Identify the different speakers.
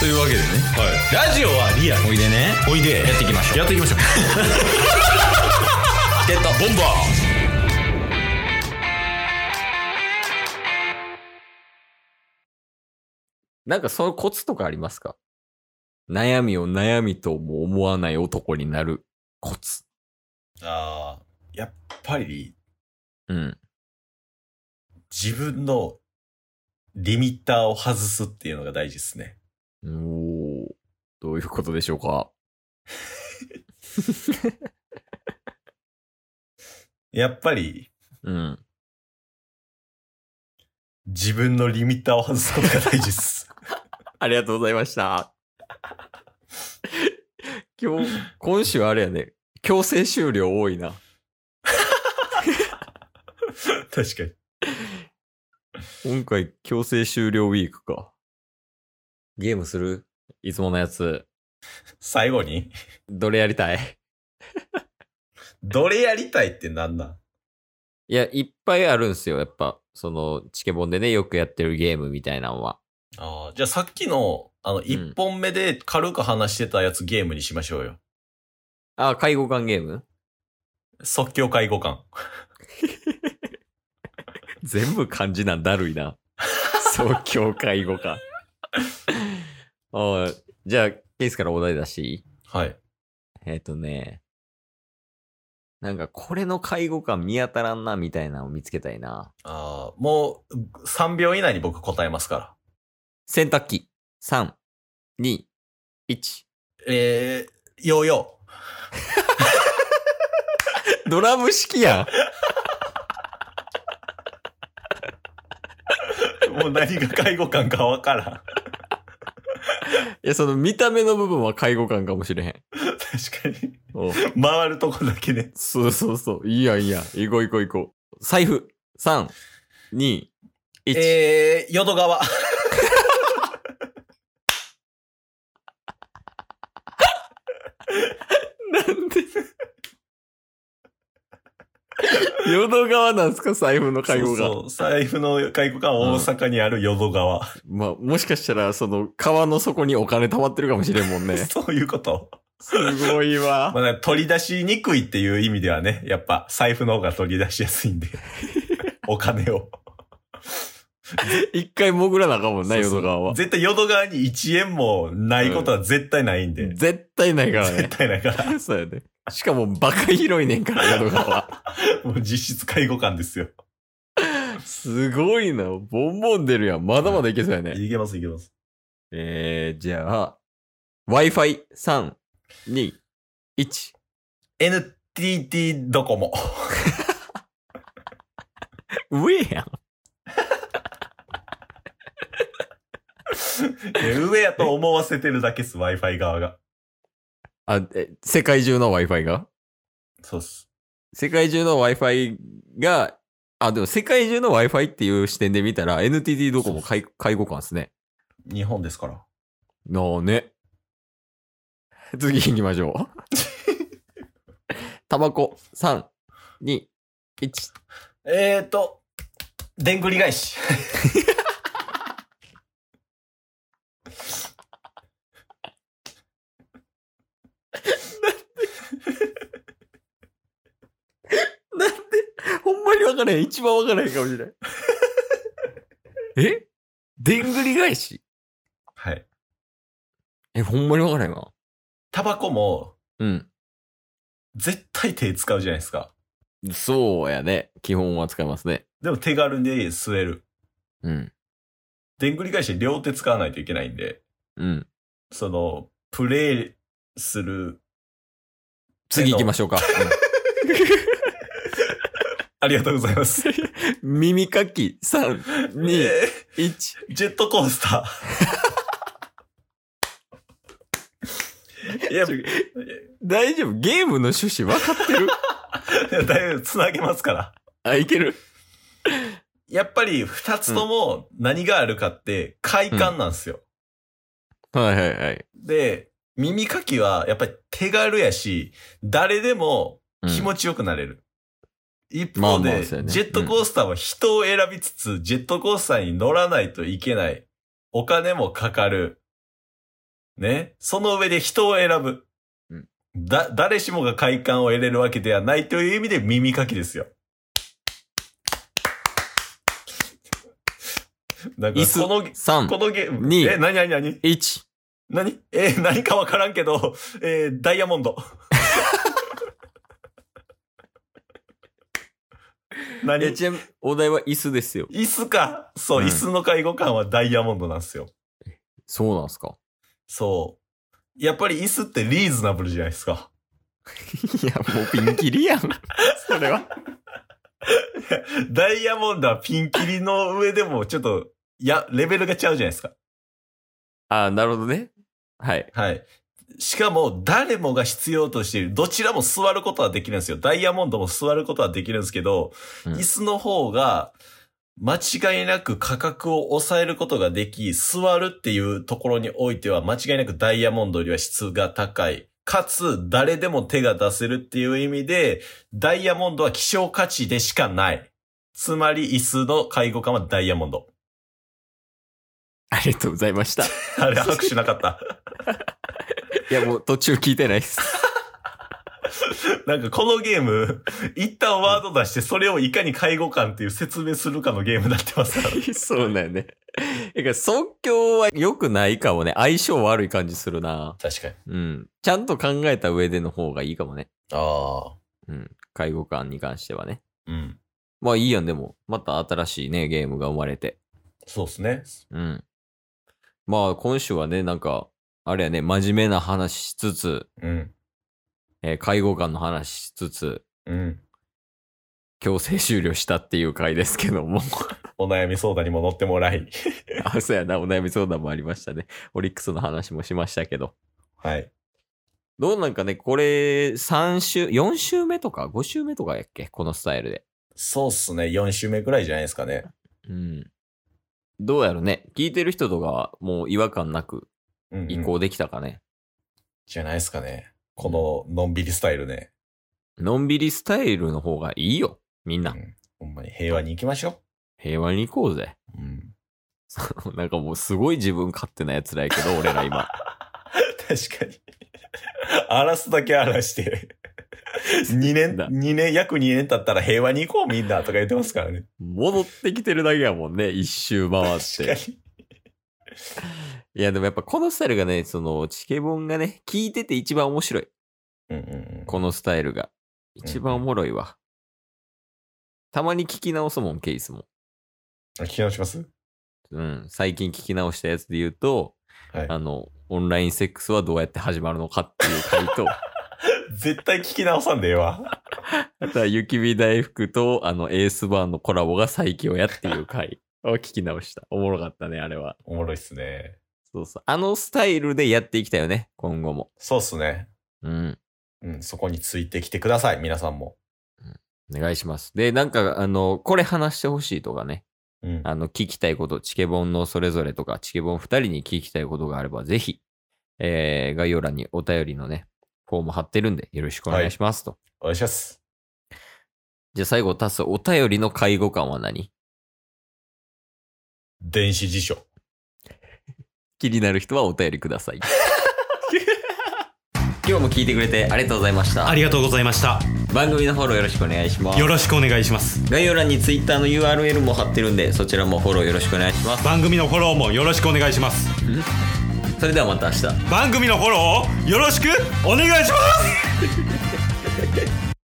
Speaker 1: というわけでね
Speaker 2: はい。ラジオはリアル。
Speaker 1: おいでね
Speaker 2: おいで。
Speaker 1: やっていきましょう
Speaker 2: やっていきましょう。
Speaker 1: ゲットボンバなんかそのコツとかありますか悩みを悩みとも思わない男になるコツ。
Speaker 2: ああ、やっぱり
Speaker 1: うん。
Speaker 2: 自分のリミッターを外すっていうのが大事ですね。
Speaker 1: おーどういうことでしょうか
Speaker 2: やっぱり
Speaker 1: うん。
Speaker 2: 自分のリミッターを外すことが大事 です。
Speaker 1: ありがとうございました。 今日、今週あれやね。強制終了多いな。
Speaker 2: 確かに。
Speaker 1: 今回強制終了ウィークか。ゲームするいつものやつ。
Speaker 2: 最後に、
Speaker 1: どれやりたい
Speaker 2: どれやりたいってなんなん
Speaker 1: いや、いっぱいあるんすよ。やっぱ、その、チケボンでね、よくやってるゲームみたいなのは。
Speaker 2: ああ、じゃあさっきの、あの、一本目で軽く話してたやつゲームにしましょうよ。
Speaker 1: あ、介護官ゲーム
Speaker 2: 即興介護官。
Speaker 1: 全部漢字なんだるい な。即興介護 官。ああじゃあ、ケースからお題出していい
Speaker 2: はい。
Speaker 1: えっ、とね、なんかこれの介護官見当たらんなみたいなのを見つけたいな。
Speaker 2: ああ、もう3秒以内に僕答えますから。
Speaker 1: 洗濯機。3、2、1。
Speaker 2: えー、ヨーヨ ー。
Speaker 1: ドラム式やん。
Speaker 2: もう何が介護官かわからん。
Speaker 1: いや、その見た目の部分は介護官かもしれへん。
Speaker 2: 確かに。
Speaker 1: お
Speaker 2: 回るとこだけね。
Speaker 1: そうそうそう。いいやんいいやん。行こう行こう行こう。財布。3、2、1。
Speaker 2: えー、淀川。
Speaker 1: なんで 淀川なんすか財布の介護が。
Speaker 2: そうそう財布の介護官は大阪にある淀川。
Speaker 1: まあ、もしかしたら、その、川の底にお金溜まってるかもしれんもんね。
Speaker 2: そういうこと。
Speaker 1: すごいわ。
Speaker 2: まあ、取り出しにくいっていう意味ではね、やっぱ財布の方が取り出しやすい んで。お金を。
Speaker 1: 一回潜らなあかんもんな、淀川は。
Speaker 2: 絶対淀川に1円もないことは絶対ないんで。
Speaker 1: 絶対ないから
Speaker 2: 絶
Speaker 1: ね。
Speaker 2: 対ないから。
Speaker 1: そうやね。しかも、バカ広いねんから、淀川 は。
Speaker 2: もう実質介護官ですよ。
Speaker 1: すごいな。ボンボン出るやん。まだまだいけそうやね。
Speaker 2: いけますいけます。
Speaker 1: えー、じゃあ、Wi-Fi3、2、1。
Speaker 2: NTT ドコモ。
Speaker 1: 上やん。
Speaker 2: いや上やと思わせてるだけっす、Wi-Fi 側が。
Speaker 1: あ、え、世界中の Wi-Fi が
Speaker 2: そうっす。
Speaker 1: 世界中の Wi-Fi が、あ、でも世界中の Wi-Fi っていう視点で見たら、NTT ドコモ介介護官ですね。
Speaker 2: 日本ですから。
Speaker 1: なあね。次行きましょう。 タバコ、3、2、1。
Speaker 2: えーと、でんぐり返し。
Speaker 1: なんで、ほんまにわからへん。一番わからへんかもしれん。 えでんぐり返し
Speaker 2: はい。
Speaker 1: え、ほんまにわからへんわ。
Speaker 2: タバコも、
Speaker 1: うん。
Speaker 2: 絶対手使うじゃないですか。
Speaker 1: そうやね。基本は使いますね。
Speaker 2: でも手軽で吸える。
Speaker 1: うん。
Speaker 2: でんぐり返し両手使わないといけないんで、
Speaker 1: うん。
Speaker 2: その、プレイする。
Speaker 1: 次行きましょうか。
Speaker 2: ありがとうございます。
Speaker 1: うん 耳かき、3、2、
Speaker 2: え
Speaker 1: 1。
Speaker 2: ージェットコースター。いや、い
Speaker 1: 大丈夫ゲームの趣旨分か ってる
Speaker 2: やだいぶ繋げますから。
Speaker 1: あ、いける
Speaker 2: やっぱり二つとも何があるかって快感なんですよ。
Speaker 1: はいはいはい。
Speaker 2: で、耳かきはやっぱり手軽やし、誰でも
Speaker 1: うん
Speaker 2: 気持ちよくなれる。一
Speaker 1: まあ
Speaker 2: 方
Speaker 1: ま
Speaker 2: で、
Speaker 1: あ
Speaker 2: ジ
Speaker 1: そうや
Speaker 2: ェ
Speaker 1: ね
Speaker 2: ットコースターは人を選びつつ、ジェットコースターに乗らないといけない。お金もかかる。ね。その上で人を選ぶ。
Speaker 1: うん
Speaker 2: だ、誰しもが快感を得れるわけではないという意味で耳かきですよ。なんか
Speaker 1: 椅子
Speaker 2: この、こ
Speaker 1: 3、
Speaker 2: のゲーム、
Speaker 1: に
Speaker 2: え、何何何
Speaker 1: 1。
Speaker 2: 何えー何かわからんけど、えーダイヤモンド。
Speaker 1: いや、
Speaker 2: 何
Speaker 1: ちなみに、お題は椅子ですよ。
Speaker 2: 椅子か。そう、
Speaker 1: うん
Speaker 2: 椅子の介護官はダイヤモンドなんですよ。
Speaker 1: そうなんすか
Speaker 2: そう。やっぱり椅子ってリーズナブルじゃないですか。
Speaker 1: いや、もうピンキリ やん。それは。
Speaker 2: ダイヤモンドはピンキリの上でもちょっと、いや、レベルが違うじゃないですか。
Speaker 1: ああ、なるほどね。はい。
Speaker 2: はい。しかも、誰もが必要としている。どちらも座ることはできるんですよ。ダイヤモンドも座ることはできるんですけど、
Speaker 1: うん
Speaker 2: 椅子の方が、間違いなく価格を抑えることができ、座るっていうところにおいては、間違いなくダイヤモンドよりは質が高い。かつ、誰でも手が出せるっていう意味で、ダイヤモンドは希少価値でしかない。つまり、椅子の介護官はダイヤモンド。
Speaker 1: ありがとうございました。い
Speaker 2: あれ、拍手なかった。
Speaker 1: や、もう途中聞いてないです。
Speaker 2: なんかこのゲーム、 一旦ワード出して、それをいかに介護官っていう説明するかのゲームになってますから。
Speaker 1: そうだよね。だから、即興は良くないかもね。相性悪い感じするな。
Speaker 2: 確かに。
Speaker 1: うん。ちゃんと考えた上での方がいいかもね。
Speaker 2: ああ。
Speaker 1: うん。介護官に関してはね。
Speaker 2: うん。
Speaker 1: まあいいやん、でも。また新しいね、ゲームが生まれて。
Speaker 2: そうですね。
Speaker 1: うん。まあ今週はね、なんか、あれやね、真面目な話しつつ、
Speaker 2: うん。
Speaker 1: えー介護官の話しつつ、
Speaker 2: うん。
Speaker 1: 強制終了したっていう回ですけども。
Speaker 2: お悩み相談にも乗ってもらい。
Speaker 1: あ、そうやな、お悩み相談もありましたね。オリックスの話もしましたけど。
Speaker 2: はい。
Speaker 1: どうなんかね、これ、3週、4週目とか、5週目とかやっけこのスタイルで。
Speaker 2: そうっすね。4週目くらいじゃないですかね。
Speaker 1: うん。どうやろね。聞いてる人とかは、もう違和感なく
Speaker 2: うん、うん
Speaker 1: 移行できたかね。
Speaker 2: じゃないですかね。この、のんびりスタイルね。
Speaker 1: のんびりスタイルの方がいいよ。みんな
Speaker 2: う。ん。ほんまに平和に行きましょ
Speaker 1: 平和に行こうぜ。
Speaker 2: う。うん。
Speaker 1: なんかもうすごい自分勝手な奴らやけど、俺ら 今。
Speaker 2: 確かに。 荒らすだけ荒らして。2年、
Speaker 1: だ
Speaker 2: 2年、約2年経ったら平和に行こうみんなとか言ってますからね。
Speaker 1: 戻ってきてるだけやもんね、一周回って。
Speaker 2: 確かに。
Speaker 1: いや、でもやっぱこのスタイルがね、その、チケボンがね、聞いてて一番面白い。
Speaker 2: うんうん
Speaker 1: このスタイルが。一番おもろいわ。たまに聞き直すもん、ケースも。
Speaker 2: うん。気直します
Speaker 1: うん。最近聞き直したやつで言うと、
Speaker 2: はい
Speaker 1: あの、オンラインセックスはどうやって始まるのかっていう回 と、
Speaker 2: 絶対聞き直さんでええわ。
Speaker 1: あとは、雪見大福と、あの、エースバーンのコラボが最強やっていう回を聞き直 した。おもろかったね、あれは。
Speaker 2: おもろいっすね。
Speaker 1: そうそう。あのスタイルでやっていきたいよね、今後も。
Speaker 2: そうっすね。
Speaker 1: うん。
Speaker 2: うん、そこについてきてください、皆さんも。
Speaker 1: お願いします。で、なんか、あの、これ話してほしいとかね、
Speaker 2: うん。
Speaker 1: あの、聞きたいこと、チケボンのそれぞれとか、チケボン二人に聞きたいことがあれば、ぜひ、えー、概要欄にお便りのね、フォーム貼ってるんで、よろしくお願いしますと。
Speaker 2: お願いします。
Speaker 1: じゃあ最後、足すお便りの介護感は何
Speaker 2: 電子辞書。
Speaker 1: 気になる人はお便りくださ い。今日も聞いてくれてありがとうございました
Speaker 3: あ。りがとうございました。
Speaker 1: 番組のフォローよろしくお願いします
Speaker 3: よ。ろしくお願いします。
Speaker 1: 概要欄に Twitter の URL も貼ってるんで、そちらもフォローよろしくお願いします。
Speaker 3: 番組のフォローもよろしくお願いします。
Speaker 1: それではまた明日。
Speaker 3: 番組のフォローをよろしくお願いします